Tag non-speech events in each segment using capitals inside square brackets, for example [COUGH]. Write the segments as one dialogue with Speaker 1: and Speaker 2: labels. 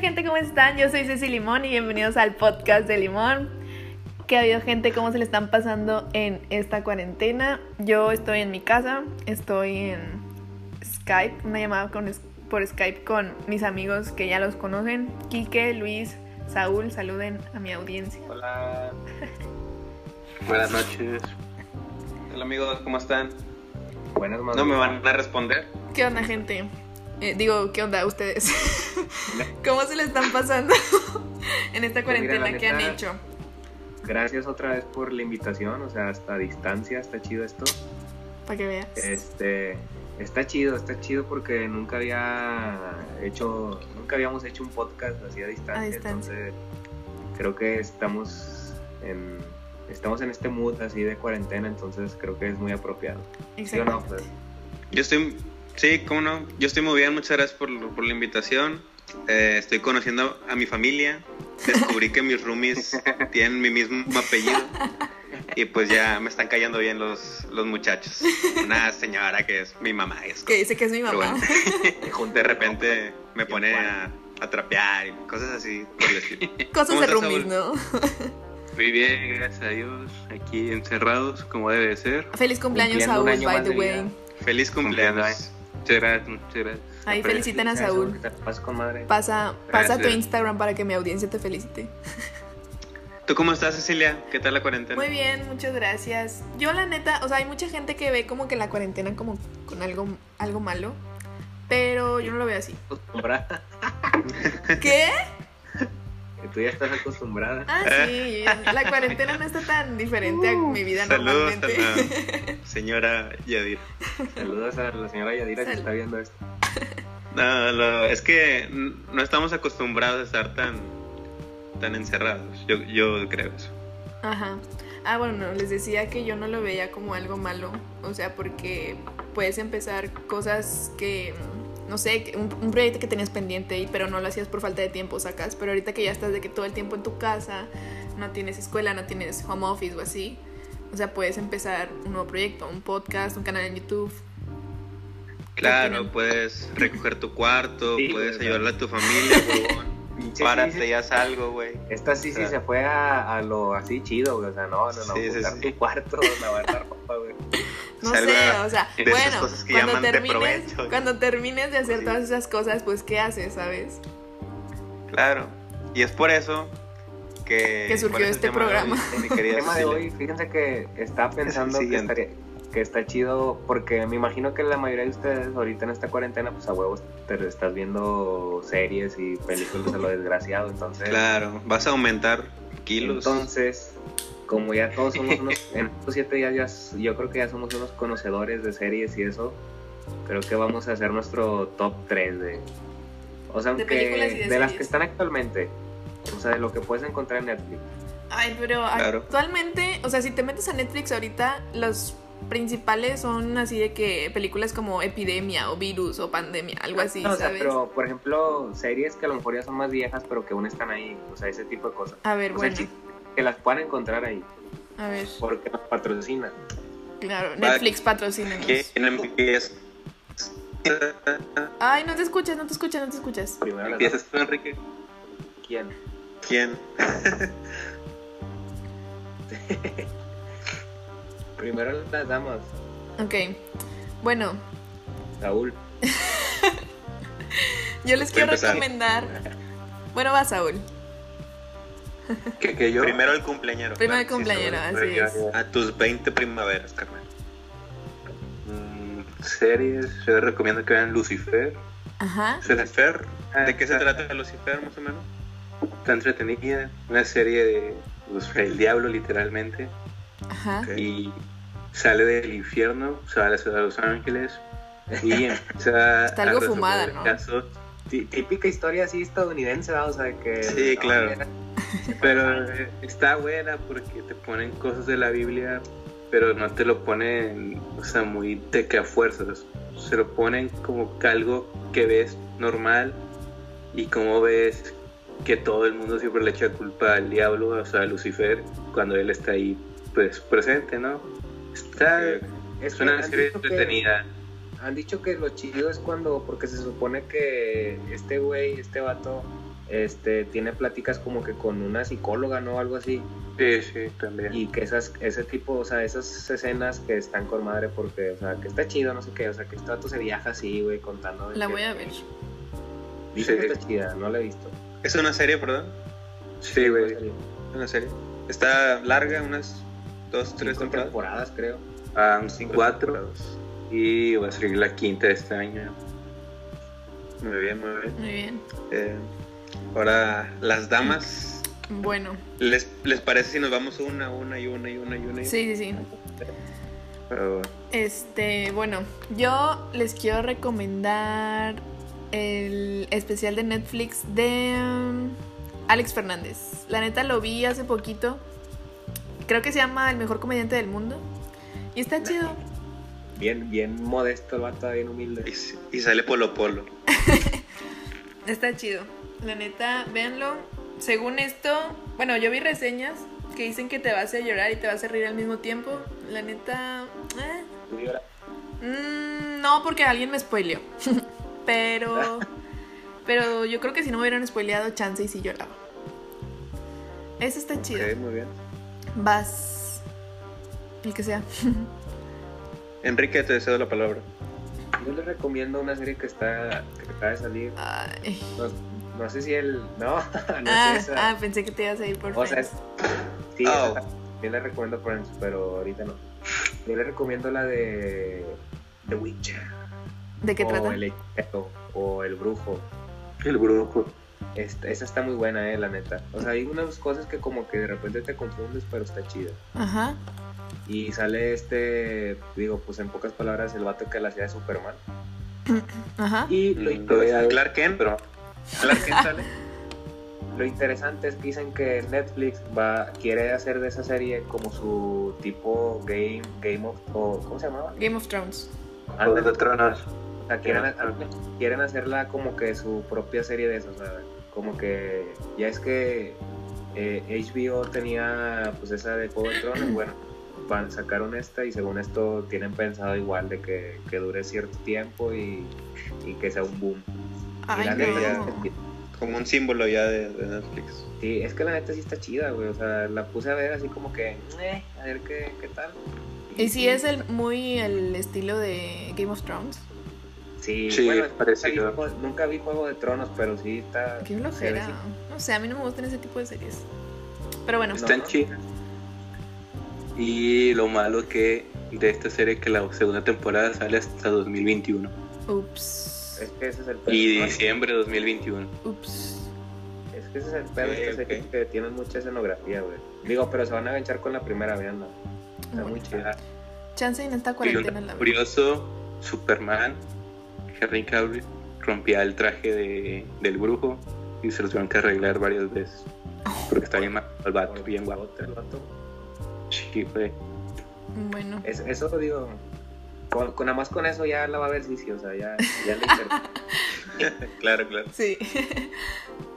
Speaker 1: gente, ¿cómo están? Yo soy Ceci Limón y bienvenidos al podcast de Limón. ¿Qué ha habido gente? ¿Cómo se le están pasando en esta cuarentena? Yo estoy en mi casa, estoy en Skype, una llamada con, por Skype con mis amigos que ya los conocen, Quique, Luis, Saúl, saluden a mi audiencia.
Speaker 2: Hola. Buenas noches. Hola amigos, ¿cómo están?
Speaker 3: Buenas
Speaker 2: ¿No me van a responder?
Speaker 1: ¿Qué onda, gente? Eh, digo, ¿qué onda ustedes? [LAUGHS] ¿Cómo se le están pasando [LAUGHS] en esta
Speaker 3: Pues mira, la
Speaker 1: cuarentena? ¿Qué han
Speaker 3: neta-
Speaker 1: hecho?
Speaker 3: Gracias otra vez por la invitación, o sea, hasta a distancia está chido esto.
Speaker 1: Para que veas.
Speaker 3: Este, está chido, está chido porque nunca había hecho, nunca habíamos hecho un podcast así a distancia,
Speaker 1: A distancia.
Speaker 3: entonces creo que estamos en estamos en este mood así de cuarentena, entonces creo que es muy apropiado. ¿Sí o no? Pues,
Speaker 1: Exactamente.
Speaker 3: Fer?
Speaker 2: Yo estoy. Sí, cómo no. Yo estoy muy bien, muchas gracias por, por la invitación. Eh, estoy conociendo a mi familia. Descubrí que mis [LAUGHS] roomies tienen mi mismo apellido. Y pues ya me están cayendo bien los, los muchachos. Una señora que es mi mamá. Es
Speaker 1: Que dice que es mi
Speaker 2: Pero
Speaker 1: mamá.
Speaker 2: bueno. de repente me pone a, a trapear y cosas así por el [LAUGHS] estilo.
Speaker 1: Cosas
Speaker 2: ¿Cómo
Speaker 1: de
Speaker 2: estás,
Speaker 1: roomies, ¿no?
Speaker 4: Muy bien, gracias a Dios, aquí encerrados como debe de ser.
Speaker 1: Feliz cumpleaños,
Speaker 3: Cumpliendo un
Speaker 1: Saúl,
Speaker 3: año
Speaker 1: by
Speaker 3: más
Speaker 1: the
Speaker 3: de
Speaker 1: way.
Speaker 3: vida.
Speaker 2: Feliz cumpleaños.
Speaker 4: Muchas gracias, muchas gracias.
Speaker 1: Ahí
Speaker 3: pues,
Speaker 4: Pero
Speaker 1: felicitan a
Speaker 3: Ya,
Speaker 1: Saúl.
Speaker 3: que te la pases con madre.
Speaker 1: Pasa, pasa tu
Speaker 4: Gracias.
Speaker 1: Instagram para que mi audiencia te felicite.
Speaker 2: ¿Tú cómo estás, Cecilia? ¿Qué tal la cuarentena?
Speaker 1: Muy bien, muchas gracias. Yo la neta, o sea, hay mucha gente que ve como que la cuarentena como con algo, algo malo, pero yo no lo veo
Speaker 3: [LAUGHS]
Speaker 1: así.
Speaker 3: Acostumbrada,
Speaker 1: ¿Qué?
Speaker 3: que tú ya estás
Speaker 2: [LAUGHS]
Speaker 3: acostumbrada.
Speaker 1: Ah, sí, la cuarentena no está tan diferente a mi vida
Speaker 2: Saludos a
Speaker 1: normalmente.
Speaker 2: la [LAUGHS] señora Yadir.
Speaker 3: Saludos a la señora Yadira
Speaker 1: Salud.
Speaker 3: que está viendo esto.
Speaker 2: No, lo- es que n- no estamos acostumbrados a estar tan, tan encerrados. Yo, yo creo eso.
Speaker 1: Ajá. Ah, bueno, les decía que yo no lo veía como algo malo, o sea, porque puedes empezar cosas que, no sé, que un, un proyecto que tenías pendiente, y- pero no lo hacías por falta de tiempo, sacas, pero ahorita que ya estás de que todo el tiempo en tu casa, no tienes escuela, no tienes home office o así, o sea, puedes empezar un nuevo proyecto, un podcast, un canal en YouTube.
Speaker 2: Claro,
Speaker 1: opinan?
Speaker 2: puedes recoger tu cuarto,
Speaker 3: Sí,
Speaker 2: puedes
Speaker 3: güey,
Speaker 2: ayudarle a tu familia,
Speaker 3: [LAUGHS]
Speaker 2: huevón.
Speaker 3: Pinche
Speaker 2: Párate
Speaker 3: Ceci.
Speaker 2: y haz algo, güey.
Speaker 3: Esta sí, sí
Speaker 2: Ah.
Speaker 3: se fue a, a lo así chido, güey. O sea, no, no, no.
Speaker 2: Sí, sí,
Speaker 3: buscar
Speaker 2: sí.
Speaker 3: tu cuarto, [LAUGHS] lavar la ropa, güey.
Speaker 1: No
Speaker 2: Salga
Speaker 1: sé, o sea,
Speaker 2: de esas
Speaker 1: bueno,
Speaker 2: cosas que
Speaker 1: cuando
Speaker 2: llaman de
Speaker 1: termines,
Speaker 2: provecho.
Speaker 1: cuando termines de hacer
Speaker 3: Sí.
Speaker 1: todas esas cosas, pues ¿qué haces, sabes?
Speaker 2: Claro. Y es por eso que...
Speaker 1: Que surgió
Speaker 2: ¿cuál es el
Speaker 1: este
Speaker 2: tema de hoy,
Speaker 1: programa.
Speaker 2: mi querida
Speaker 3: El tema de
Speaker 2: Cecilia?
Speaker 3: hoy, fíjense que estaba pensando que,
Speaker 2: Siguiente.
Speaker 3: estaría- que está chido, porque me imagino que la mayoría de ustedes ahorita en esta cuarentena, pues a huevos te estás viendo series y películas a lo desgraciado, entonces.
Speaker 2: Claro, vas a aumentar kilos.
Speaker 3: Entonces, como ya todos
Speaker 2: [LAUGHS]
Speaker 3: somos unos, en estos siete días ya s- yo creo que ya somos unos conocedores de series y eso, creo que vamos a hacer nuestro top 3 de... O sea,
Speaker 1: De
Speaker 3: aunque-
Speaker 1: películas y de
Speaker 3: las
Speaker 1: series.
Speaker 3: que están actualmente. O sea, de lo que puedes encontrar en Netflix.
Speaker 1: Ay, pero
Speaker 2: Claro.
Speaker 1: actualmente, o sea, si te metes a Netflix ahorita, los principales son así de que películas como epidemia o virus o pandemia, algo así,
Speaker 3: No, o sea,
Speaker 1: ¿sabes?
Speaker 3: pero por ejemplo, series que a lo mejor ya son más viejas, pero que aún están ahí. O sea, ese tipo de cosas.
Speaker 1: A ver,
Speaker 3: O sea, el
Speaker 1: bueno,
Speaker 3: chiste es que las puedan encontrar ahí,
Speaker 1: a ver,
Speaker 3: porque las patrocinan.
Speaker 1: claro, Netflix patrocínanos.
Speaker 2: ¿Quién empieza?
Speaker 1: Ay, no te escuchas, no te escuchas, no te escuchas.
Speaker 3: Primero las-
Speaker 4: ¿Empiezas tú, Enrique?
Speaker 3: ¿Quién?
Speaker 2: ¿Quién?
Speaker 3: Primero las damas.
Speaker 1: Ok, bueno,
Speaker 3: Saúl.
Speaker 1: yo les
Speaker 2: Voy a
Speaker 1: quiero
Speaker 2: empezar.
Speaker 1: recomendar... Bueno, va Saúl,
Speaker 4: ¿Que, que yo?
Speaker 2: Primero el cumpleañero.
Speaker 1: prima de
Speaker 2: claro, sí,
Speaker 1: cumpleañero,
Speaker 2: seguro.
Speaker 1: así
Speaker 4: Ya,
Speaker 1: es.
Speaker 4: ya.
Speaker 2: A tus 20 primaveras, carnal.
Speaker 4: Mm, series, yo les recomiendo que vean Lucifer.
Speaker 1: Ajá,
Speaker 4: Se les-
Speaker 2: Lucifer. ¿De qué se
Speaker 4: Ah,
Speaker 2: trata Lucifer, más o menos?
Speaker 4: Está entretenida, una serie de pues, el diablo, literalmente.
Speaker 1: ajá.
Speaker 4: Y sale del infierno, se va a la ciudad de Los Ángeles
Speaker 1: [LAUGHS]
Speaker 4: y empieza
Speaker 1: Está algo
Speaker 4: a resolver
Speaker 1: fumada, ¿no?
Speaker 4: casos
Speaker 3: Tí- típica historia así estadounidense, ¿verdad? o sea, que...
Speaker 2: Sí, claro.
Speaker 3: mira,
Speaker 4: Pero eh, está buena porque te ponen cosas de la Biblia, pero no te lo ponen, o sea, muy de que a fuerzas. Se lo ponen como que algo que ves normal y como ves que todo el mundo siempre le echa culpa al diablo, o sea, a Lucifer, cuando él está ahí, pues, presente, ¿no? Está...
Speaker 3: es
Speaker 4: Es
Speaker 3: que
Speaker 4: una
Speaker 3: han
Speaker 4: serie
Speaker 3: dicho que-
Speaker 4: entretenida.
Speaker 3: Han dicho que lo chido es cuando, porque se supone que este güey, este vato, este, tiene pláticas como que con una psicóloga, ¿no? Algo así.
Speaker 4: Sí, sí, también.
Speaker 3: Y que esas, ese tipo, o sea, esas escenas que están con madre porque, o sea, que está chido, no sé qué, o sea, que este vato se viaja así, güey, contando. de
Speaker 1: La
Speaker 3: que-
Speaker 1: voy a ver.
Speaker 3: Dicen que
Speaker 4: Sí.
Speaker 3: está chida, no la he visto.
Speaker 2: Es una serie, perdón.
Speaker 4: Sí, güey.
Speaker 2: Una serie. Está larga, unas dos, tres
Speaker 3: Tres
Speaker 2: temporadas.
Speaker 3: temporadas, creo.
Speaker 4: Ah, un
Speaker 2: Cinco
Speaker 4: cuatro.
Speaker 2: temporadas.
Speaker 4: Y va a salir la quinta de este año.
Speaker 2: Muy bien, muy bien.
Speaker 1: Muy bien.
Speaker 2: Eh, ahora, las damas.
Speaker 1: Bueno,
Speaker 2: ¿Les, ¿Les parece si nos vamos una, una y una y una y una? y-
Speaker 1: sí, sí, sí.
Speaker 2: Pero,
Speaker 1: Este, bueno, yo les quiero recomendar el especial de Netflix de um, Alex Fernández. La neta lo vi hace poquito. Creo que se llama El mejor comediante del mundo. Y está chido.
Speaker 3: Bien, bien modesto el vato, bien
Speaker 2: y,
Speaker 3: humilde.
Speaker 2: s- y sale Polo Polo.
Speaker 1: Está chido. La neta, véanlo. Según esto, bueno, yo vi reseñas que dicen que te vas a llorar y te vas a reír al mismo tiempo. La neta, eh,
Speaker 3: Tú llora.
Speaker 1: Mm, no, porque alguien me spoileó. [LAUGHS] pero. Pero yo creo que si no me hubieran spoileado, chance y si lloraba. Eso está chido.
Speaker 2: Ok, muy bien.
Speaker 1: Vas. El que sea.
Speaker 2: Enrique, te cedo la palabra.
Speaker 3: Yo les recomiendo una serie que está, que acaba de salir.
Speaker 1: Ay.
Speaker 3: No, no sé si el. No, [LAUGHS] no
Speaker 1: Ah,
Speaker 3: sé esa.
Speaker 1: ah, pensé que te ibas a ir por
Speaker 3: o sea, es-
Speaker 1: Friends.
Speaker 3: sí,
Speaker 2: Oh.
Speaker 3: esa- yo les recomiendo Friends, pero ahorita no. Yo les recomiendo la de The Witcher.
Speaker 1: ¿De qué
Speaker 3: o
Speaker 1: trata?
Speaker 3: El Hechicero, o El Brujo.
Speaker 4: El brujo.
Speaker 3: Esta- esa está muy buena, eh, la neta. O sea, hay unas cosas que como que de repente te confundes, pero está chida.
Speaker 1: Ajá.
Speaker 3: Y sale este, digo, pues en pocas palabras, el vato que la hacía de Superman.
Speaker 1: Ajá.
Speaker 3: Y lo,
Speaker 2: Mm,
Speaker 3: interesante-
Speaker 2: Clark Kent.
Speaker 4: Pero
Speaker 2: Clark Kent sale.
Speaker 3: lo interesante es que dicen que Netflix va quiere hacer de esa serie como su tipo Game, Game of o ¿cómo se llamaba?
Speaker 1: Game of Thrones.
Speaker 4: Juego
Speaker 3: Ándale,
Speaker 4: de Tronos.
Speaker 3: o sea, quieren, ah, quieren hacerla como que su propia serie de esas, ¿sabes? Como que ya es que eh, HBO tenía pues esa de Juego de Tronos, bueno, van, sacaron esta y según esto tienen pensado igual de que, que dure cierto tiempo y, y que sea un boom.
Speaker 1: Ay,
Speaker 3: la
Speaker 2: neta,
Speaker 1: no.
Speaker 3: ya-
Speaker 2: Como un símbolo ya de, de Netflix.
Speaker 3: Sí, es que la neta sí está chida, güey. O sea, la puse a ver así como que, "Eh, a ver qué, qué tal.
Speaker 1: Y si es el muy el estilo de Game of Thrones.
Speaker 3: Sí,
Speaker 4: Sí,
Speaker 3: bueno, nunca
Speaker 4: parecido.
Speaker 3: vi Juego- Nunca vi Juego de Tronos, pero sí está.
Speaker 1: Qué
Speaker 3: se ve
Speaker 1: flojera.
Speaker 3: así.
Speaker 1: No sé, a mí no me gustan ese tipo de series. Pero bueno.
Speaker 3: No.
Speaker 4: Están chidas. Y lo malo que de esta serie que la segunda temporada sale hasta 2021.
Speaker 1: Ups.
Speaker 3: Es que ese es el pedo.
Speaker 4: Y
Speaker 3: ¿no?
Speaker 4: diciembre de 2021.
Speaker 1: Ups.
Speaker 3: Es que ese es el pedo.
Speaker 2: Ok,
Speaker 3: es que se-
Speaker 2: ok.
Speaker 3: que tienen mucha escenografía, güey. Digo, pero se van a aganchar con la primera, veanla. Está
Speaker 1: Bueno.
Speaker 3: muy chida.
Speaker 1: Chance en esta cuarentena la veo.
Speaker 4: Curioso, Superman, Henry Cavill rompía el traje de, del brujo y se los tuvieron que arreglar varias veces. Porque está bien mal el vato, Ah, bien guapo.
Speaker 3: El vato.
Speaker 4: Sí, güey.
Speaker 1: Bueno,
Speaker 3: Es, eso lo digo. Con, con- nada más con eso ya la va a ver Sisi, o sea, ya,
Speaker 1: [LAUGHS]
Speaker 3: ya le inter-
Speaker 2: Claro, claro.
Speaker 1: sí.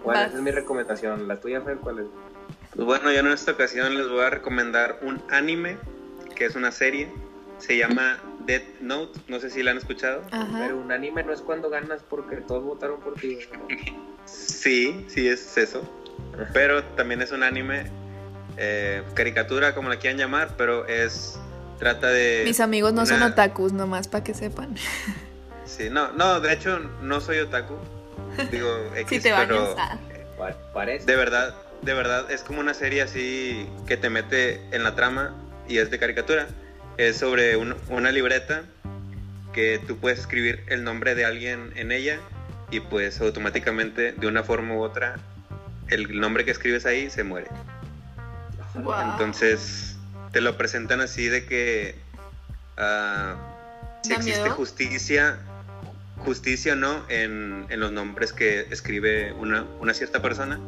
Speaker 3: Bueno,
Speaker 1: Vas.
Speaker 3: esa es mi recomendación. La tuya, Fer, ¿cuál es?
Speaker 2: Pues bueno, yo en esta ocasión les voy a recomendar un anime, que es una serie. Se llama Death Note. No sé si la han escuchado.
Speaker 1: Ajá.
Speaker 3: Pero un anime no es cuando ganas porque todos votaron por ti. güey.
Speaker 2: Sí, sí es eso. Pero también es un anime, eh, caricatura como la quieran llamar, pero es trata de...
Speaker 1: Mis amigos no son
Speaker 2: eh, una-
Speaker 1: otakus, nomás para que sepan.
Speaker 2: Sí, no, no, de hecho no soy otaku.
Speaker 1: [LAUGHS]
Speaker 2: Digo, X,
Speaker 1: Si te
Speaker 2: pero
Speaker 1: bañas. ah.
Speaker 3: Pa- Parece. [LAUGHS]
Speaker 2: de verdad, de verdad es como una serie así que te mete en la trama y es de caricatura. Es sobre un- una libreta que tú puedes escribir el nombre de alguien en ella y pues automáticamente de una forma u otra el nombre que escribes ahí se muere.
Speaker 1: Guau.
Speaker 2: Entonces te lo presentan así de que ah, si
Speaker 1: ¿Da
Speaker 2: existe
Speaker 1: miedo?
Speaker 2: justicia, justicia o no en, en los nombres que escribe una, una cierta persona.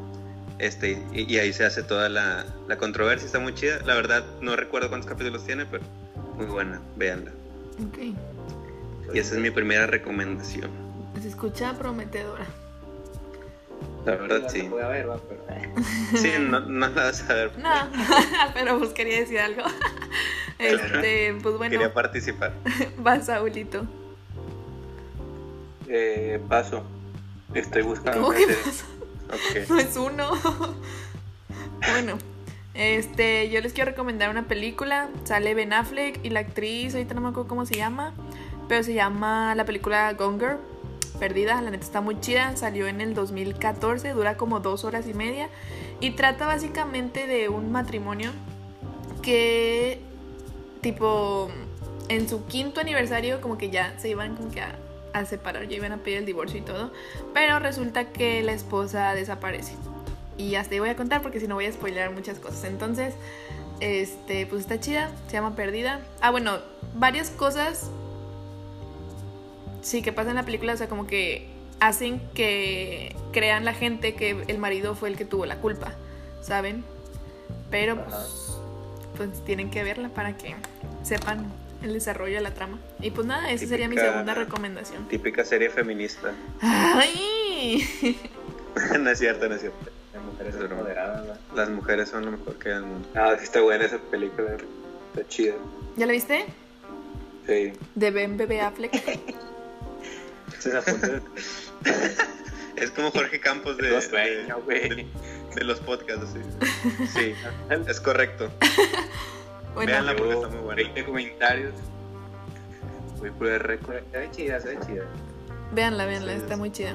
Speaker 2: Este, y, y ahí se hace toda la, la controversia, está muy chida. La verdad, no recuerdo cuántos capítulos tiene, pero muy buena, véanla.
Speaker 1: Ok.
Speaker 2: Y esa es mi primera recomendación.
Speaker 1: Se escucha prometedora.
Speaker 2: La verdad,
Speaker 3: Ya
Speaker 2: sí.
Speaker 3: la voy a ver, va, pero.
Speaker 1: [LAUGHS]
Speaker 2: Sí, no, no la vas a ver.
Speaker 1: No, [LAUGHS] pero pues quería decir algo. Este, pues bueno,
Speaker 2: Quería participar.
Speaker 1: [LAUGHS] vas, Saulito.
Speaker 4: Eh, paso. Estoy buscando.
Speaker 1: ¿Cómo que
Speaker 2: Ah,
Speaker 4: una serie.
Speaker 1: vas? [LAUGHS]
Speaker 4: Ok.
Speaker 1: No es uno. bueno, este, yo les quiero recomendar una película. Sale Ben Affleck y la actriz, ahorita no me acuerdo cómo se llama, pero se llama la película Gonger. Perdida, la neta está muy chida, salió en el 2014, dura como dos horas y media y trata básicamente de un matrimonio que tipo en su quinto aniversario como que ya se iban como que a, a separar, ya iban a pedir el divorcio y todo, pero resulta que la esposa desaparece. Y hasta ahí voy a contar porque si no voy a spoilear muchas cosas. Entonces, este, pues está chida, se llama Perdida. Ah, bueno, varias cosas sí que pasa en la película, o sea, como que hacen que crean la gente que el marido fue el que tuvo la culpa, ¿saben? Pero pues, pues tienen que verla para que sepan el desarrollo de la trama. Y pues nada, esa sería mi
Speaker 2: Típica-
Speaker 1: segunda recomendación.
Speaker 2: Típica serie feminista. [LAUGHS]
Speaker 1: ¡Ay!
Speaker 2: no es cierto, no es cierto.
Speaker 3: Las mujeres
Speaker 2: Pero-
Speaker 3: empoderadas, ¿verdad?
Speaker 2: Las mujeres son lo mejor que hay en el mundo.
Speaker 4: Ah, sí está buena esa película. Está chida.
Speaker 1: ¿Ya la viste?
Speaker 4: Sí.
Speaker 1: De Ben Bebé
Speaker 2: [LAUGHS]
Speaker 1: Affleck.
Speaker 3: Se la apunta-
Speaker 2: Es como Jorge Campos
Speaker 4: [LAUGHS]
Speaker 2: de,
Speaker 4: Tengo
Speaker 2: de,
Speaker 4: sueño, güey.
Speaker 2: de los podcasts.
Speaker 1: [LAUGHS]
Speaker 2: Sí, sí es correcto.
Speaker 1: Bueno,
Speaker 2: Véanla.
Speaker 4: Llevo
Speaker 2: porque está muy buena.
Speaker 4: 20 comentarios. Voy por el récord.
Speaker 3: Se ve chida, se ve chida.
Speaker 1: véanla, véanla,
Speaker 2: Sí,
Speaker 1: está
Speaker 2: sí.
Speaker 1: muy chida.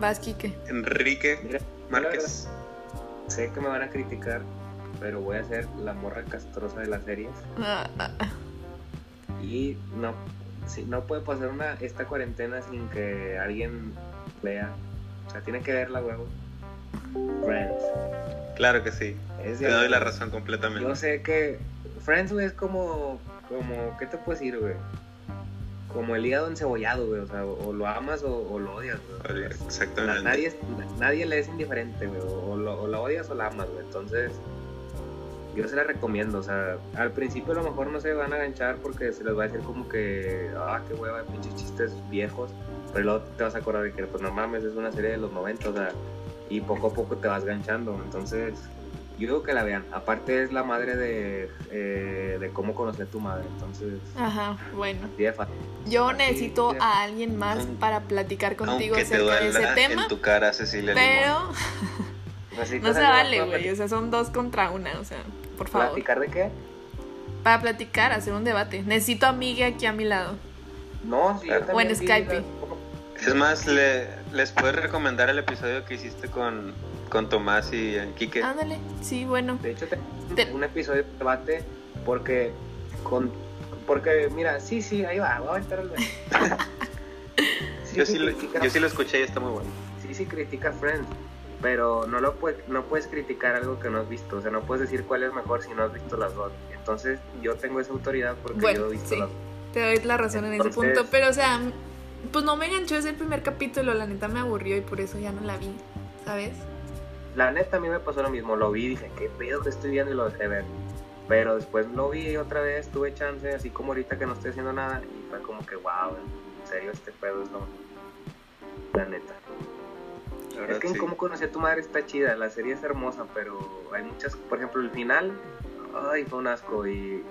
Speaker 1: Vas, Kike.
Speaker 2: Enrique
Speaker 3: Mira,
Speaker 2: Márquez.
Speaker 3: sé que me van a criticar, pero voy a ser la morra castrosa de las series.
Speaker 1: Ah, ah, ah.
Speaker 3: Y no, si, no puede pasar una, esta cuarentena sin que alguien vea. O sea, tiene que verla, huevo. Friends.
Speaker 2: Claro que sí.
Speaker 3: Es de-
Speaker 2: Te doy la razón
Speaker 3: Yo
Speaker 2: completamente.
Speaker 3: sé que Friends, güey, es como, como, ¿qué te puedo decir, güey? Como el hígado encebollado, güey. O sea, o, o lo amas o, o lo odias, güey. Na-
Speaker 2: Exactamente.
Speaker 3: nadie, es- na- nadie le es indiferente, güey. O, o lo- o la odias o la amas, güey. Entonces, yo se la recomiendo. O sea, al principio a lo mejor no se van a aganchar porque se les va a decir como que, ah, qué hueva, pinches chistes viejos. Pero luego te vas a acordar de que, pues no mames, es una serie de los 90, o sea, y poco a poco te vas ganchando. Entonces, yo digo que la vean. Aparte, es la madre de, eh, de cómo conocer tu madre. Entonces,
Speaker 1: Ajá, bueno.
Speaker 3: así de fácil.
Speaker 1: Yo
Speaker 3: Así,
Speaker 1: necesito
Speaker 3: ya.
Speaker 1: a alguien más
Speaker 2: Aunque-
Speaker 1: para platicar contigo
Speaker 2: Aunque te
Speaker 1: acerca de ese
Speaker 2: duela
Speaker 1: tema.
Speaker 2: en tu cara, Cecilia Limón.
Speaker 1: Pero
Speaker 3: Así,
Speaker 1: no
Speaker 3: cosas
Speaker 1: se
Speaker 3: que
Speaker 1: vale,
Speaker 3: puedo
Speaker 1: güey. O sea, son dos contra una. O sea, por favor.
Speaker 3: ¿Platicar de qué?
Speaker 1: Para platicar, hacer un debate. Necesito a Migue aquí a mi lado.
Speaker 3: No, sí, yo
Speaker 2: Claro.
Speaker 3: también
Speaker 1: O en
Speaker 3: vi
Speaker 1: Skype.
Speaker 3: las-
Speaker 2: Es más, le- les puedes recomendar el episodio que hiciste con, con Tomás y eh, Quique.
Speaker 1: Ándale. Sí, bueno.
Speaker 3: De hecho, te-
Speaker 1: Te-
Speaker 3: un episodio de debate porque con porque mira, sí, sí, ahí va, va a
Speaker 2: [LAUGHS]
Speaker 3: aventar el
Speaker 2: yo, sí lo,
Speaker 3: critica,
Speaker 2: yo sí lo escuché y está muy bueno.
Speaker 3: sí, sí critica Friends, pero no lo puede- no puedes criticar algo que no has visto, o sea, no puedes decir cuál es mejor si no has visto las dos. Entonces, yo tengo esa autoridad porque
Speaker 1: Bueno,
Speaker 3: yo he visto
Speaker 1: sí.
Speaker 3: las
Speaker 1: Te doy la razón en ese
Speaker 3: Entonces-
Speaker 1: punto. Pero, o sea, pues no me enganchó ese primer capítulo. La neta me aburrió y por eso ya no la vi. ¿Sabes?
Speaker 3: La neta a mí me pasó lo mismo, lo vi y dije, qué pedo que estoy viendo y lo dejé ver. Pero después lo vi otra vez, tuve chance, así como ahorita que no estoy haciendo nada, y fue como que, wow, en serio este pedo es lo... La neta.
Speaker 2: La verdad,
Speaker 3: Es que en
Speaker 2: sí.
Speaker 3: cómo conocí a tu madre está chida, la serie es hermosa, pero hay muchas, por ejemplo, el final, ay, fue un asco y...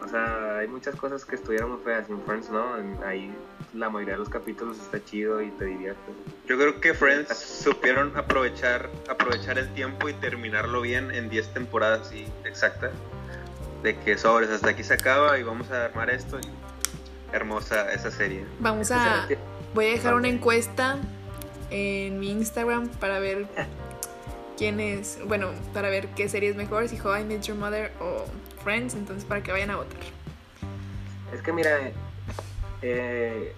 Speaker 3: O sea, hay muchas cosas que estuvieron muy feas en Friends, ¿no? En- ahí la mayoría de los capítulos está chido y te diviertes.
Speaker 2: Yo creo que Friends supieron aprovechar, aprovechar el tiempo y terminarlo bien en 10 temporadas sí, exactas. De que sobres, hasta aquí se acaba y vamos a armar esto. y hermosa esa serie.
Speaker 1: Vamos a. Voy a dejar una encuesta en mi Instagram para ver quién es, bueno, para ver qué serie es mejor, si How I Met Your Mother o Friends, entonces para que vayan a votar.
Speaker 3: Es que mira, eh,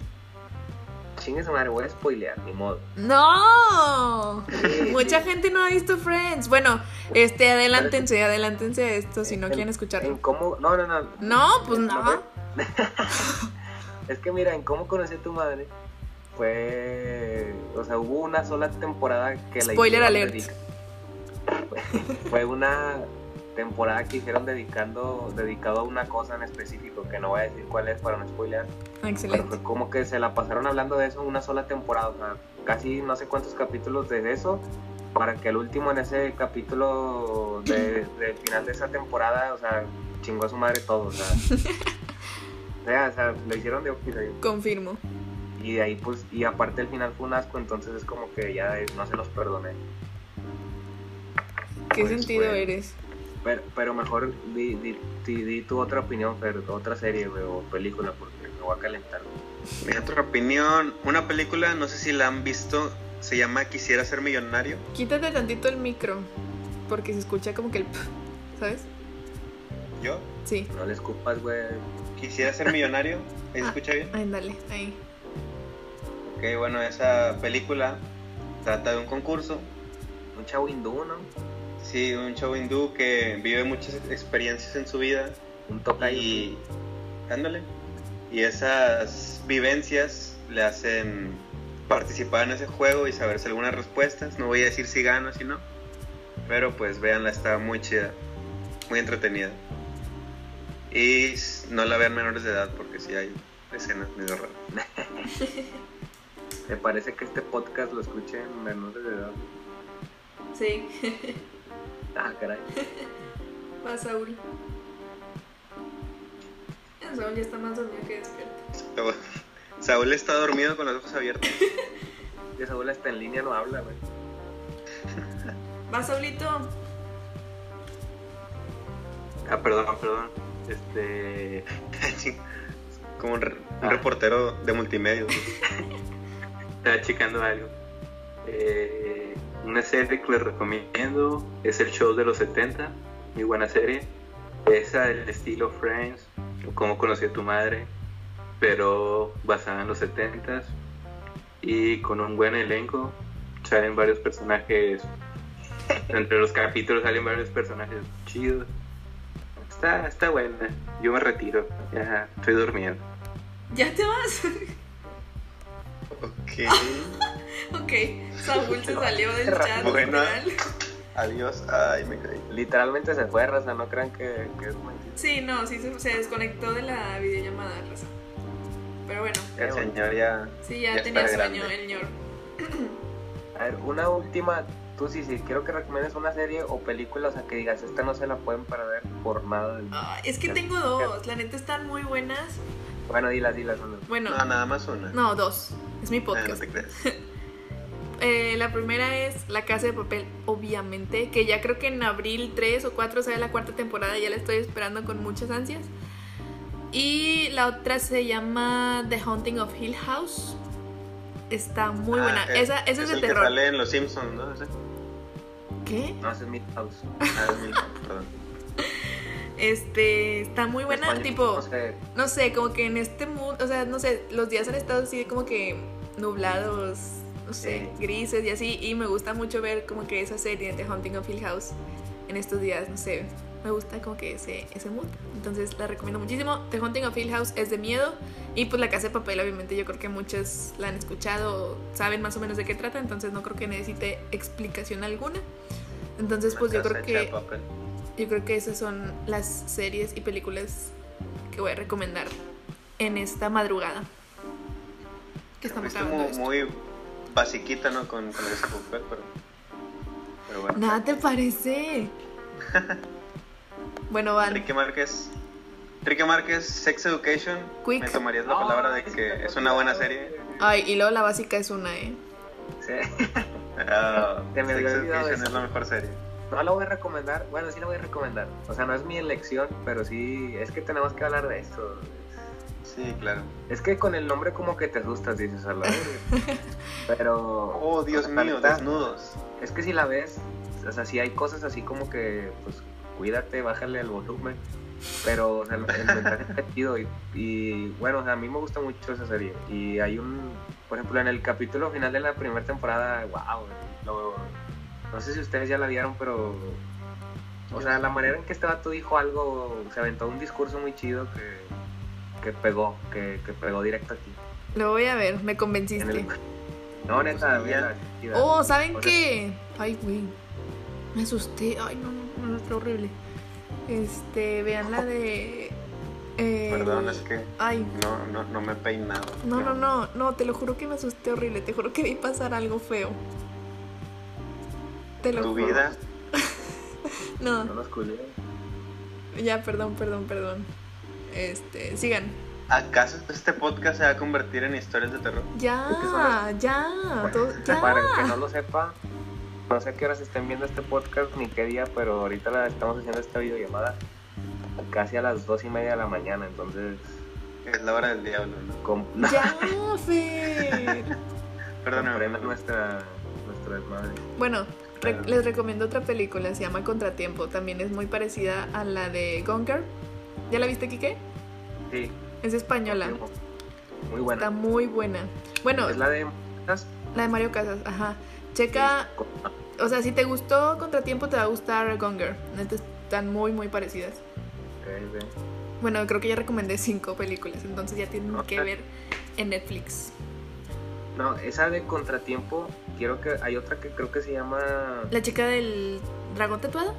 Speaker 3: chingue su madre, voy a spoilear,
Speaker 1: [LAUGHS]
Speaker 3: ni modo. Eh,
Speaker 1: ¡No!
Speaker 3: [LAUGHS]
Speaker 1: Mucha gente no ha visto Friends. Bueno, este, adelántense, adelántense a esto si no quieren
Speaker 3: En
Speaker 1: escucharlo.
Speaker 3: cómo, no, no, no.
Speaker 1: No, pues no.
Speaker 3: [LAUGHS] Es que mira, en cómo conocí a tu madre fue, o sea, hubo una sola temporada que la
Speaker 1: Spoiler
Speaker 3: hicieron
Speaker 1: alert.
Speaker 3: dedica- fue- [LAUGHS] Fue una temporada que hicieron dedicando, dedicado a una cosa en específico, que no voy a decir cuál es para no spoilear. Pero
Speaker 1: Excelente.
Speaker 3: fue como que se la pasaron hablando de eso una sola temporada, o sea, casi no sé cuántos capítulos de eso, para que el último en ese capítulo de- del final de esa temporada, o sea, chingó a su madre todo, o sea. O sea, o sea, lo hicieron de office ahí.
Speaker 1: Confirmo.
Speaker 3: Y de ahí, pues, y aparte el final fue un asco, entonces es como que ya de- no se los perdoné.
Speaker 1: ¿Qué
Speaker 3: Pues,
Speaker 1: sentido
Speaker 3: güey.
Speaker 1: eres?
Speaker 3: Pero, pero mejor di, di- di- di tu otra opinión, Fer, otra serie, güey, o película, porque me voy a calentar.
Speaker 2: Mi otra opinión, una película, no sé si la han visto, se llama Quisiera ser millonario.
Speaker 1: Quítate tantito el micro, porque se escucha como que el... pf, ¿Sabes?
Speaker 2: Yo,
Speaker 1: Sí.
Speaker 3: No le escupas, güey.
Speaker 2: Quisiera ser millonario. ¿Ahí ¿Se escucha bien?
Speaker 1: Ay, dale, ahí.
Speaker 2: Ok, bueno, esa película trata de un concurso.
Speaker 3: Un chavo hindú, ¿no?
Speaker 2: Sí, un chavo hindú que vive muchas experiencias en su vida
Speaker 3: Un tocayo.
Speaker 2: y ándale. Y esas vivencias le hacen participar en ese juego y saberse algunas respuestas. No voy a decir si gano o si no, pero pues véanla, está muy chida, muy entretenida. Y s- no la vean menores de edad porque si hay escenas medio raras.
Speaker 3: Me parece que este podcast lo escuchen menores de edad.
Speaker 1: Sí,
Speaker 3: Ah, caray.
Speaker 1: va Saúl. El Saúl ya está más dormido que despierto.
Speaker 2: Saúl- Saúl está dormido con los ojos abiertos. [LAUGHS]
Speaker 3: Ya Saúl está en línea, no habla, güey.
Speaker 1: Va Saulito.
Speaker 4: Ah, perdón, perdón. Este.
Speaker 2: Como un, re- un reportero de multimedia.
Speaker 4: Estaba checando algo. Eh, una serie que les recomiendo es el show de los 70. Muy buena serie. Esa del estilo Friends, o cómo conocí a tu madre, pero basada en los 70s y con un buen elenco. Salen varios personajes. Entre los capítulos salen varios personajes chidos. Está, está buena. Yo me retiro. Ya estoy durmiendo.
Speaker 1: ¿Ya te vas? [LAUGHS]
Speaker 2: Ok.
Speaker 1: ok, Saúl
Speaker 2: [LAUGHS]
Speaker 1: se salió del chat.
Speaker 2: Bueno.
Speaker 1: literal.
Speaker 2: Adiós. Ay, me caí.
Speaker 3: Literalmente se fue, raza, no crean que, que es mentira.
Speaker 1: Sí, no, sí se, se desconectó de la videollamada, Raza. Pero bueno,
Speaker 2: El señor ya.
Speaker 1: sí, ya,
Speaker 2: Ya
Speaker 1: tenía
Speaker 2: está
Speaker 1: sueño
Speaker 2: grande.
Speaker 1: el ñor.
Speaker 3: A ver, una última. Tú sí, sí, quiero que recomiendes una serie o película, o sea, que digas, esta no se la pueden perder por nada. del mundo.
Speaker 1: Ah, es que tengo dos, la neta están muy buenas.
Speaker 3: Bueno, dilas, dilas. Andrés.
Speaker 1: Bueno,
Speaker 2: No, Ah, nada más una.
Speaker 1: no, dos. Es mi
Speaker 2: Ah, no
Speaker 1: podcast.
Speaker 2: te creas.
Speaker 1: Eh, la primera es La Casa de Papel, obviamente, que ya creo que en abril 3 o 4 sale la cuarta temporada, ya la estoy esperando con muchas ansias. Y la otra se llama The Haunting of Hill House. Está muy
Speaker 2: Ah,
Speaker 1: buena.
Speaker 2: eh,
Speaker 1: esa esa es, de
Speaker 2: el que
Speaker 1: terror.
Speaker 2: sale en Los Simpsons, ¿no? Ese.
Speaker 1: ¿Qué?
Speaker 3: No, ese es Midhouse.
Speaker 2: Ah, es mi-
Speaker 1: [LAUGHS]
Speaker 2: perdón.
Speaker 1: Este, está muy buena,
Speaker 3: Español,
Speaker 1: tipo,
Speaker 3: No sé,
Speaker 1: no sé, como que en este mundo, o sea, no sé, los días han estado así como que nublados, no sé,
Speaker 3: Sí.
Speaker 1: grises y así, y me gusta mucho ver como que esa serie de Haunting of Hill House en estos días, no sé, me gusta como que ese, ese mood, entonces la recomiendo muchísimo. The Haunting of Hill House es de miedo, y pues La Casa de Papel, obviamente, yo creo que muchos la han escuchado, saben más o menos de qué trata, entonces no creo que necesite explicación alguna. Entonces, pues yo
Speaker 2: Una
Speaker 1: creo
Speaker 2: casa hecha
Speaker 1: que
Speaker 2: de papel.
Speaker 1: yo creo que esas son las series y películas que voy a recomendar en esta madrugada. Que estamos
Speaker 2: Fuiste
Speaker 1: grabando
Speaker 2: muy,
Speaker 1: esto.
Speaker 2: muy basiquita, ¿no? Con, con ese papel, pero. Pero bueno.
Speaker 1: Nada te
Speaker 2: [LAUGHS]
Speaker 1: parece. bueno, van.
Speaker 2: Enrique Márquez. Enrique Márquez, Sex Education.
Speaker 1: Quick.
Speaker 2: Me tomarías la palabra de que es una buena serie.
Speaker 1: Ay, y luego la básica es una, ¿eh?
Speaker 3: sí. [LAUGHS]
Speaker 2: Ah,
Speaker 3: Se me había
Speaker 2: Sex
Speaker 3: olvidado
Speaker 2: Education
Speaker 3: eso.
Speaker 2: es la mejor serie.
Speaker 3: No la voy a recomendar. Bueno, sí la voy a recomendar. O sea, no es mi elección, pero sí, es que tenemos que hablar de esto.
Speaker 2: Sí, claro.
Speaker 3: Es que con el nombre como que te asustas, dices a la verga.
Speaker 2: [LAUGHS]
Speaker 3: Pero...
Speaker 2: Oh, Dios
Speaker 3: o sea,
Speaker 2: mío,
Speaker 3: ahorita-
Speaker 2: desnudos.
Speaker 3: Es que si la ves, o sea, si hay cosas así como que, pues, cuídate, bájale el volumen. Pero, o sea, el, el mensaje está chido y, y, bueno, o sea, a mí me gusta mucho esa serie. Y hay un, por ejemplo, en el capítulo final de la primera temporada, wow, lo- no sé si ustedes ya la vieron, pero, o sea, la manera en que este vato dijo algo, se aventó un discurso muy chido que, que pegó, que, que pegó directo aquí.
Speaker 1: Lo voy a ver, me
Speaker 3: En el-
Speaker 1: convenciste.
Speaker 3: [LAUGHS] no, neta,
Speaker 2: Pues,
Speaker 3: vela,
Speaker 2: ya.
Speaker 3: chida.
Speaker 1: Oh, ¿saben
Speaker 3: O sea,
Speaker 1: qué? Ay, güey. Me asusté. Ay, no, no, no, está horrible. Este, vean la de. eh,
Speaker 2: Perdón, es que
Speaker 1: Ay,
Speaker 2: no, no, no me he peinado.
Speaker 1: No, no, no, no, te lo juro que me asusté horrible, te juro que vi pasar algo feo. Te lo
Speaker 2: Tu
Speaker 1: juro.
Speaker 2: vida.
Speaker 3: No
Speaker 1: No,
Speaker 3: los culé.
Speaker 1: ya, perdón, perdón, perdón. Este, sigan.
Speaker 2: ¿Acaso este podcast se va a convertir en historias de terror?
Speaker 1: Ya, ya, todo-
Speaker 3: [LAUGHS] Para el que no
Speaker 1: ya.
Speaker 3: lo sepa, no sé a qué horas estén viendo este podcast ni qué día, pero ahorita la estamos haciendo esta videollamada casi a las dos y media de la mañana, entonces...
Speaker 2: Es la hora del diablo, ¿no?
Speaker 3: Com
Speaker 1: Ya, Fer.
Speaker 2: Perdóname.
Speaker 3: comprendan nuestra, nuestro desmadre.
Speaker 1: Bueno, re- les recomiendo otra película, se llama Contratiempo. También es muy parecida a la de Gonger. ¿Ya la viste, Kike?
Speaker 3: Sí.
Speaker 1: Es española.
Speaker 3: Muy buena.
Speaker 1: Está muy buena. Bueno,
Speaker 3: Es la de... ¿Estás?
Speaker 1: la de Mario Casas, ajá. Checa, o sea, si te gustó Contratiempo, te va a gustar Gonger. Neta, Están muy, muy parecidas.
Speaker 3: Ok, ok.
Speaker 1: Bueno, creo que ya recomendé cinco películas, entonces ya tienen que ver en Netflix.
Speaker 3: No, esa de contratiempo, quiero que hay otra que creo que se llama
Speaker 1: ¿La chica del dragón tatuado?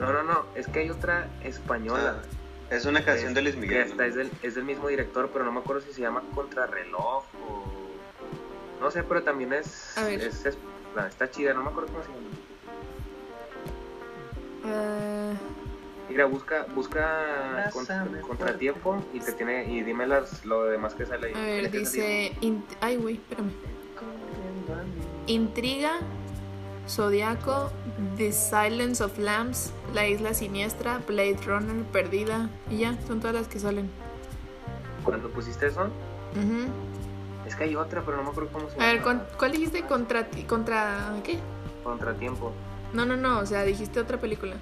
Speaker 3: No, no, no, es que hay otra española.
Speaker 2: Ah, es una canción
Speaker 3: Es-
Speaker 2: de Luis
Speaker 3: que
Speaker 2: Miguel.
Speaker 3: hasta
Speaker 2: ¿no?
Speaker 3: es del, es del mismo director, pero no me acuerdo si se llama Contrarreloj o no sé, pero también es
Speaker 1: A ver.
Speaker 3: es- es- no, está chida, no me acuerdo cómo se llama.
Speaker 1: Ah,
Speaker 3: Mira, busca busca
Speaker 2: Abrázame
Speaker 3: contra-
Speaker 2: fuerte.
Speaker 3: contratiempo y te tiene y dime las, lo demás que sale ahí.
Speaker 1: a ver,
Speaker 3: ¿Qué salió?
Speaker 1: dice... int- Ay, güey, espérame. Intriga, Zodiaco, The Silence of Lambs, La Isla Siniestra, Blade Runner, Perdida. Y ya, son todas las que salen.
Speaker 3: Cuando pusiste eso,
Speaker 1: Ujú.
Speaker 3: es que hay otra, pero no me acuerdo cómo se
Speaker 1: A
Speaker 3: llama.
Speaker 1: ver, ¿con- ¿cuál dijiste? ¿Contra, ti- ¿Contra qué?
Speaker 3: Contratiempo.
Speaker 1: No, no, no, o sea, dijiste otra película.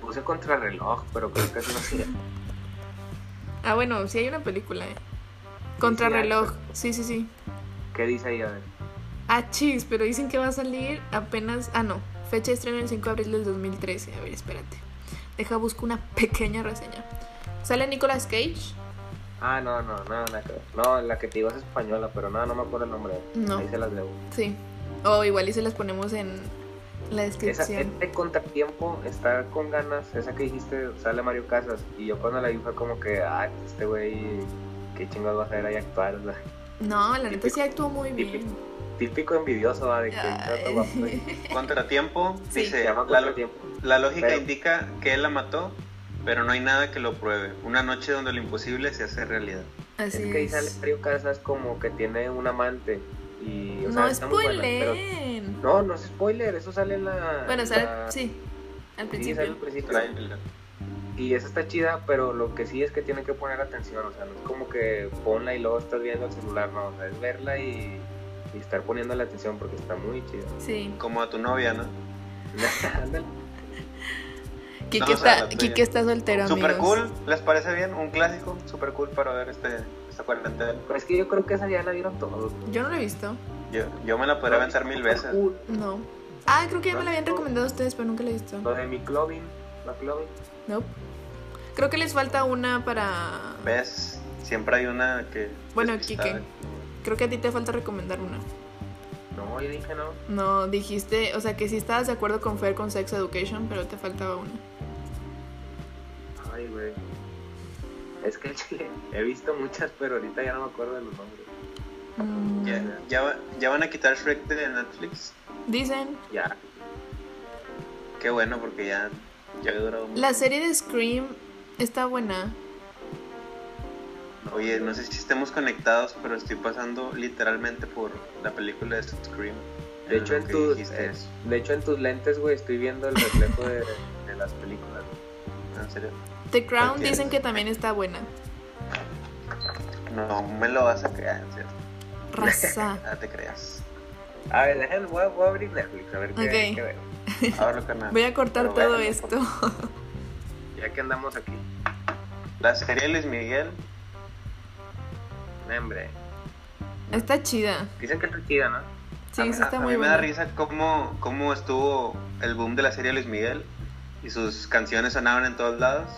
Speaker 3: Puse contrarreloj, pero creo que así no se llama.
Speaker 1: Ah, bueno, sí hay una película, ¿eh? Contrarreloj, sí, sí, sí.
Speaker 3: ¿Qué dice ahí? A ver.
Speaker 1: Ah, chis, pero dicen que va a salir apenas... Ah, no, fecha de estreno el 5 de abril del 2013. A ver, espérate. Deja, busco una [LAUGHS] pequeña reseña. Sale Nicolas Cage,
Speaker 3: Ah, no, no, no, la que, no, la que te digo es española, pero no, no me acuerdo el nombre.
Speaker 1: No.
Speaker 3: Ahí se las debo.
Speaker 1: Sí. O igual y se las ponemos en la
Speaker 3: Esa,
Speaker 1: descripción.
Speaker 3: este contratiempo está con ganas, esa que dijiste, sale Mario Casas, y yo cuando la vi fue como que, ah, este güey, qué chingados va a hacer ahí actuar, o sea,
Speaker 1: No, la neta sí actuó muy bien.
Speaker 3: típico, típico envidioso, va, de que
Speaker 1: [LAUGHS]
Speaker 3: "No, no, no,
Speaker 1: Ay.
Speaker 2: Contratiempo.
Speaker 1: Sí.
Speaker 2: Dice,
Speaker 3: se llama
Speaker 2: la,
Speaker 3: contratiempo.
Speaker 2: la lógica
Speaker 3: Pero-
Speaker 2: indica que él la mató, pero no hay nada que lo pruebe. Una noche donde lo imposible se hace realidad.
Speaker 1: Así
Speaker 3: es que ahí
Speaker 1: es.
Speaker 3: sale Mario Casas como que tiene un amante, y, o sea,
Speaker 1: No
Speaker 3: está muy buena, pero-
Speaker 1: spoilen.
Speaker 3: no, no es spoiler, eso sale en la...
Speaker 1: Bueno,
Speaker 3: en la-
Speaker 1: sale, sí, al
Speaker 3: Sí, sale
Speaker 1: principio.
Speaker 3: al principio.
Speaker 2: Trailer.
Speaker 3: Y esa está chida, pero lo que sí es que tienen que poner atención, o sea, no es como que ponla y luego estás viendo el celular, no, o sea, es verla y, y estar poniendo la atención porque está muy chida. [LAUGHS]
Speaker 1: Sí.
Speaker 2: Como a tu novia, ¿no?
Speaker 3: Ándale.
Speaker 1: Kike,
Speaker 2: o sea,
Speaker 1: está,
Speaker 2: la tuya.
Speaker 1: Kike está soltero,
Speaker 2: Super
Speaker 1: amigos.
Speaker 2: cool. ¿Les parece bien? Un clásico. Super cool para ver este, esta cuarentena.
Speaker 3: Pero pues es que yo creo que esa ya la vieron todos. ¿no?
Speaker 1: Yo no lo he visto.
Speaker 2: Yo, yo me la podría avanzar mil veces.
Speaker 3: Uh,
Speaker 1: No. Ah, creo que ya me la habían recomendado a ustedes, pero nunca la he visto.
Speaker 3: Lo de mi Clovin, la Clovin.
Speaker 1: No. Creo que les falta una para.
Speaker 2: ¿Ves? Siempre hay una que...
Speaker 1: Bueno,
Speaker 2: despistada.
Speaker 1: Kike. Creo que a ti te falta recomendar una.
Speaker 3: No, yo dije no.
Speaker 1: No, dijiste, o sea que sí estabas de acuerdo con Fer con Sex Education, pero te faltaba una.
Speaker 3: Ay, güey. Es que chile, he visto muchas, pero ahorita ya no me acuerdo de los nombres.
Speaker 1: Mm,
Speaker 2: Ya, ya, va- ya van a quitar Shrek de Netflix.
Speaker 1: Dicen,
Speaker 3: Ya.
Speaker 2: Qué bueno, porque ya, ya duró mucho.
Speaker 1: la serie de Scream está buena.
Speaker 2: Oye, no sé si estemos conectados, pero estoy pasando literalmente por la película de Scream.
Speaker 3: De hecho,
Speaker 2: Lo
Speaker 3: en
Speaker 2: que
Speaker 3: tus,
Speaker 2: Ah, dijiste
Speaker 3: eh,
Speaker 2: eso.
Speaker 3: de hecho, en tus lentes, güey, estoy viendo el reflejo de, de las películas.
Speaker 2: ¿En serio?
Speaker 1: The Crown
Speaker 2: ¿Cuál quieres?
Speaker 1: dicen que también está buena.
Speaker 2: [LAUGHS] No me lo vas a creer, en serio.
Speaker 1: Raza.
Speaker 2: No
Speaker 1: [LAUGHS]
Speaker 2: te creas.
Speaker 3: A ver, déjenme, voy a, voy a abrir Netflix, a ver qué,
Speaker 1: Ok.
Speaker 3: qué veo.
Speaker 2: Ahora, carnal.
Speaker 1: Voy a cortar
Speaker 2: Pero bueno,
Speaker 1: todo
Speaker 2: por-
Speaker 1: esto.
Speaker 3: Ya que andamos aquí,
Speaker 2: La serie de Luis Miguel,
Speaker 3: no, hombre.
Speaker 1: Está chida.
Speaker 3: Dicen que está chida, ¿no?
Speaker 1: Sí,
Speaker 2: a, mí-
Speaker 1: sí está
Speaker 2: a
Speaker 1: muy
Speaker 2: mí me da
Speaker 1: buena.
Speaker 2: risa cómo, cómo estuvo el boom de la serie de Luis Miguel y sus canciones sonaban en todos lados,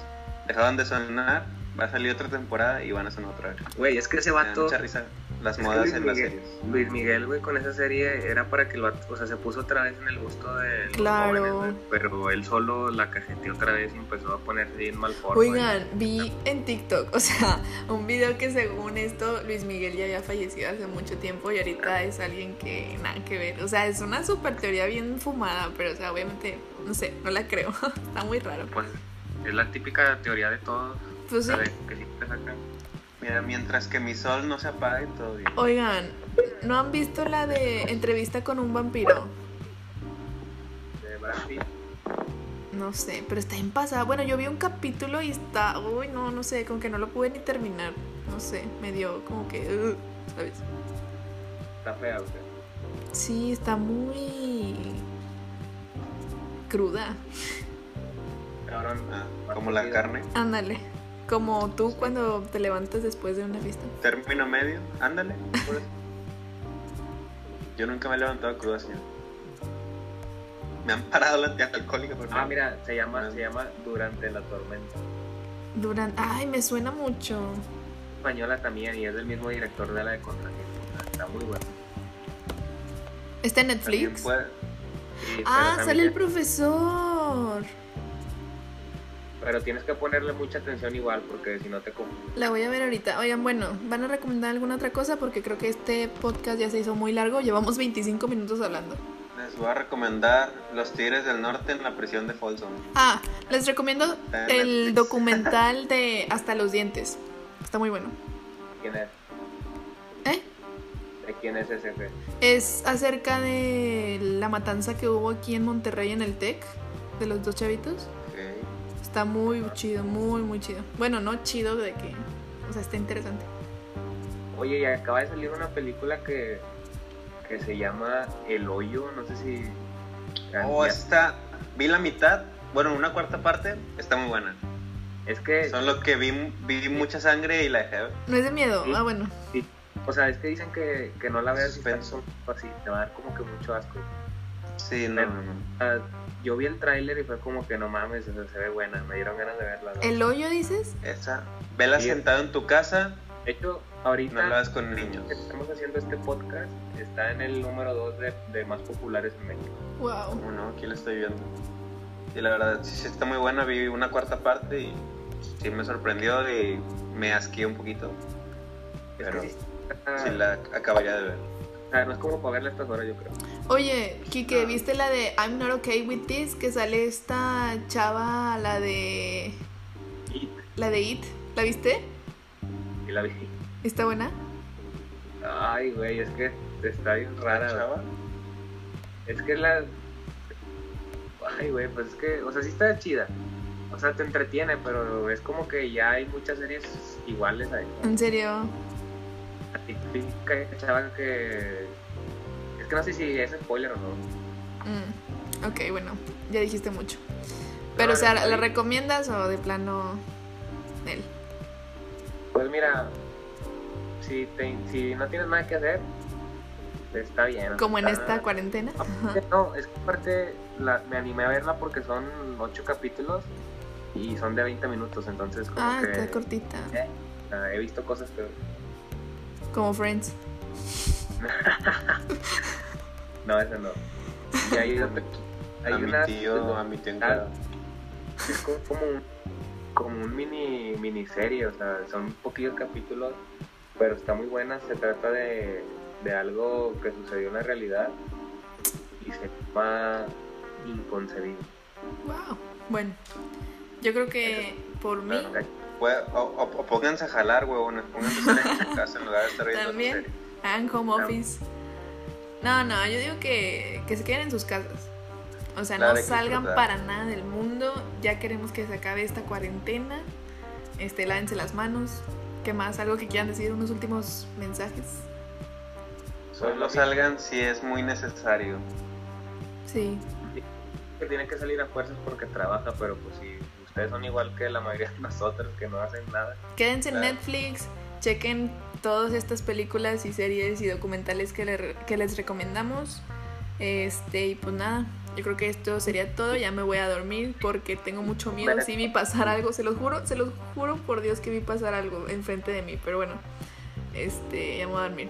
Speaker 2: dejaban de sonar, va a salir otra temporada y van a sonar otra vez.
Speaker 3: Güey, es que ese
Speaker 2: Me da
Speaker 3: vato.
Speaker 2: mucha risa las
Speaker 3: Es que
Speaker 2: modas
Speaker 3: Luis
Speaker 2: en las
Speaker 3: Miguel-
Speaker 2: series.
Speaker 3: Luis Miguel, güey, con esa serie era para que el vato, o sea, se puso otra vez en el gusto de los
Speaker 1: Claro.
Speaker 3: jóvenes, güey, pero él solo la cajeteó otra vez y empezó a ponerse bien mal forma.
Speaker 1: Oigan, vi en TikTok, o sea, [LAUGHS] un video que según esto Luis Miguel ya había fallecido hace mucho tiempo y ahorita es alguien que nada que ver. O sea, es una super teoría bien fumada, pero o sea, obviamente, no sé, no la creo. [LAUGHS] está muy raro.
Speaker 3: Pues es la típica teoría de todos,
Speaker 1: Pues sí.
Speaker 3: ¿sabes? Que siempre sacan.
Speaker 2: Mira, mientras que mi sol no se apague, todo bien.
Speaker 1: Oigan, ¿no han visto la de entrevista con un vampiro?
Speaker 3: de Brad Pitt.
Speaker 1: No sé, pero está en pasada. Bueno, yo vi un capítulo y está. Uy, no, no sé, como que no lo pude ni terminar. No sé, me dio como que. "Ugh", ¿Sabes?
Speaker 3: Está fea, o sea.
Speaker 1: Sí, está muy. cruda.
Speaker 3: Cabrón.
Speaker 2: Ah, como la carne.
Speaker 1: Ándale. Como tú cuando te levantas después de una fiesta.
Speaker 2: Término medio, ándale. por eso. Yo nunca me he levantado crudo así. Me han parado la tía alcohólica, por
Speaker 3: Ah, mira, se llama, se llama Durante la Tormenta.
Speaker 1: Durante. Ay, me suena mucho.
Speaker 3: Española también y es del mismo director de la de Contratiempo. Está muy bueno.
Speaker 1: ¿Está en
Speaker 2: También
Speaker 1: Netflix?
Speaker 2: puede-
Speaker 3: Sí,
Speaker 1: Ah,
Speaker 3: pero
Speaker 1: sale el
Speaker 3: también-
Speaker 1: profesor.
Speaker 3: Pero tienes que ponerle mucha atención igual porque si no te confundes.
Speaker 1: La voy a ver ahorita. Oigan, bueno, ¿van a recomendar alguna otra cosa? Porque creo que este podcast ya se hizo muy largo. Llevamos 25 minutos hablando.
Speaker 2: Les voy a recomendar Los Tigres del Norte en la prisión de Folsom.
Speaker 1: Ah, les recomiendo
Speaker 2: Está en
Speaker 1: el
Speaker 2: Netflix. [LAUGHS]
Speaker 1: documental de Hasta los dientes. Está muy bueno.
Speaker 3: quién es,
Speaker 1: ¿Eh?
Speaker 3: de quién es ese jefe.
Speaker 1: Es acerca de la matanza que hubo aquí en Monterrey en el TEC de los dos chavitos. Está muy chido, muy, muy chido. Bueno, no chido de que... O sea, está interesante.
Speaker 3: Oye, y acaba de salir una película que, que se llama El Hoyo, no sé si...
Speaker 2: Oh,
Speaker 3: Ya-
Speaker 2: esta, vi la mitad, bueno, una cuarta parte, está muy buena.
Speaker 3: Es que,
Speaker 2: Solo que vi, vi mucha sangre y la dejé.
Speaker 1: No es de miedo.
Speaker 3: Sí.
Speaker 1: Ah, bueno.
Speaker 3: o sea, es que dicen que, que no la veas si estás
Speaker 2: Suspenso.
Speaker 3: solo así, te va a dar como que mucho asco.
Speaker 2: Sí, no, no, no.
Speaker 3: O sea, yo vi el tráiler y fue como que no mames, o sea, se ve buena, me dieron ganas de verla. ¿no?
Speaker 1: ¿El hoyo dices?
Speaker 2: Esa, vela
Speaker 3: Sí.
Speaker 2: sentado en tu casa,
Speaker 3: De hecho, ahorita...
Speaker 2: no
Speaker 1: Ah.
Speaker 2: la veas con niños.
Speaker 3: que estamos haciendo este podcast está en el número 2 de, de más populares en México. Oh,
Speaker 1: Wow.
Speaker 2: ¿Cómo no? Aquí la estoy viendo. Y la verdad, sí, sí está muy buena. Vi una cuarta parte y sí me sorprendió y me asqué un poquito.
Speaker 3: Es
Speaker 2: Pero
Speaker 3: que
Speaker 2: sí
Speaker 3: sí está-
Speaker 2: la acabaría de ver.
Speaker 3: o sea, no es como para verla a estas horas, yo creo.
Speaker 1: Oye, Kike,
Speaker 2: Ah.
Speaker 1: ¿viste la de I'm not okay with this? Que sale esta chava, la de.
Speaker 3: It.
Speaker 1: La de It. ¿La viste?
Speaker 3: Y la vi.
Speaker 1: ¿Está buena?
Speaker 3: Ay, güey, es que está bien rara. güey.
Speaker 2: chava?
Speaker 3: Es que la. Ay, güey, pues es que. O sea, sí está chida. O sea, te entretiene, pero es como que ya hay muchas series iguales a esta.
Speaker 1: En serio.
Speaker 3: La típica chava que. Es que no sé si es spoiler o no.
Speaker 1: Mm, Ok, bueno, ya dijiste mucho. Pero, o sea,
Speaker 3: Claro,
Speaker 1: ¿la
Speaker 3: sí.
Speaker 1: recomiendas o de plano.? Nel?
Speaker 3: Pues mira, si, te, si no tienes nada que hacer, está bien.
Speaker 1: Como en
Speaker 3: está-
Speaker 1: esta
Speaker 3: [LAUGHS]
Speaker 1: cuarentena. Ajá.
Speaker 3: No, es que aparte la- me animé a verla porque son ocho capítulos y son de 20 minutos, entonces como
Speaker 1: Ah,
Speaker 3: que
Speaker 1: está cortita.
Speaker 3: ah, he visto cosas que...
Speaker 1: Como Friends.
Speaker 3: No, esa no. Y
Speaker 2: [LAUGHS]
Speaker 3: hay, otra- hay
Speaker 2: A mi
Speaker 3: una...
Speaker 2: tío, a mi tío encuerado.
Speaker 3: es co- como un, como un mini miniserie, o sea, son poquillos capítulos, pero está muy buena, se trata de, de algo que sucedió en la realidad y se llama Inconcebible.
Speaker 1: Wow. Bueno, yo creo que por mí.
Speaker 2: Fue- O, o- o pónganse a jalar, huevones. Pónganse a estar en su casa en lugar de estar viendo
Speaker 1: También.
Speaker 2: series.
Speaker 1: Hagan home
Speaker 3: Ah.
Speaker 1: office. No, no, yo digo que, que se queden en sus casas. O sea,
Speaker 2: Claro,
Speaker 1: no
Speaker 2: hay que
Speaker 1: salgan
Speaker 2: disfrutar.
Speaker 1: para nada del mundo. Ya queremos que se acabe esta cuarentena. Este, lávense las manos. ¿Qué más? ¿Algo que quieran decir? ¿Unos últimos mensajes?
Speaker 2: Solo salgan si es muy necesario.
Speaker 1: Sí.
Speaker 3: que tienen que salir a fuerzas porque trabaja, pero pues si ustedes son igual que la mayoría de nosotros que no hacen nada,
Speaker 1: Quédense en
Speaker 2: Claro.
Speaker 1: Netflix. Chequen todas estas películas y series y documentales que, le- que les recomendamos. Este, y pues nada. Yo creo que esto sería todo. Ya me voy a dormir porque tengo mucho miedo. Sí vi pasar algo, se los juro, se los juro por Dios que vi pasar algo enfrente de mí. Pero bueno, este, ya me voy a dormir.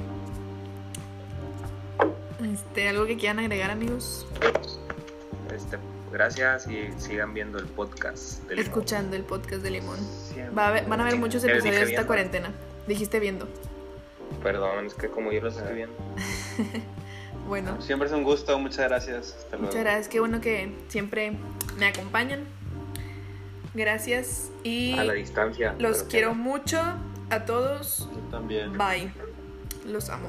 Speaker 1: Este, algo que quieran agregar, amigos.
Speaker 3: este, gracias y sigan viendo el podcast. del-
Speaker 1: Escuchando el podcast de Limón. Va a haber- van a haber muchos
Speaker 3: Eh, dije
Speaker 1: episodios de esta
Speaker 3: viendo.
Speaker 1: cuarentena. Dijiste viendo.
Speaker 3: Perdón, es que como yo los estoy viendo. Ah,
Speaker 1: Bueno.
Speaker 2: Siempre es un gusto. Muchas gracias. Hasta luego.
Speaker 1: Muchas gracias, qué bueno que siempre me acompañan. Gracias y
Speaker 3: A la distancia.
Speaker 1: los
Speaker 3: pero
Speaker 1: quiero mucho. a todos.
Speaker 5: Yo también.
Speaker 1: Bye. Los amo.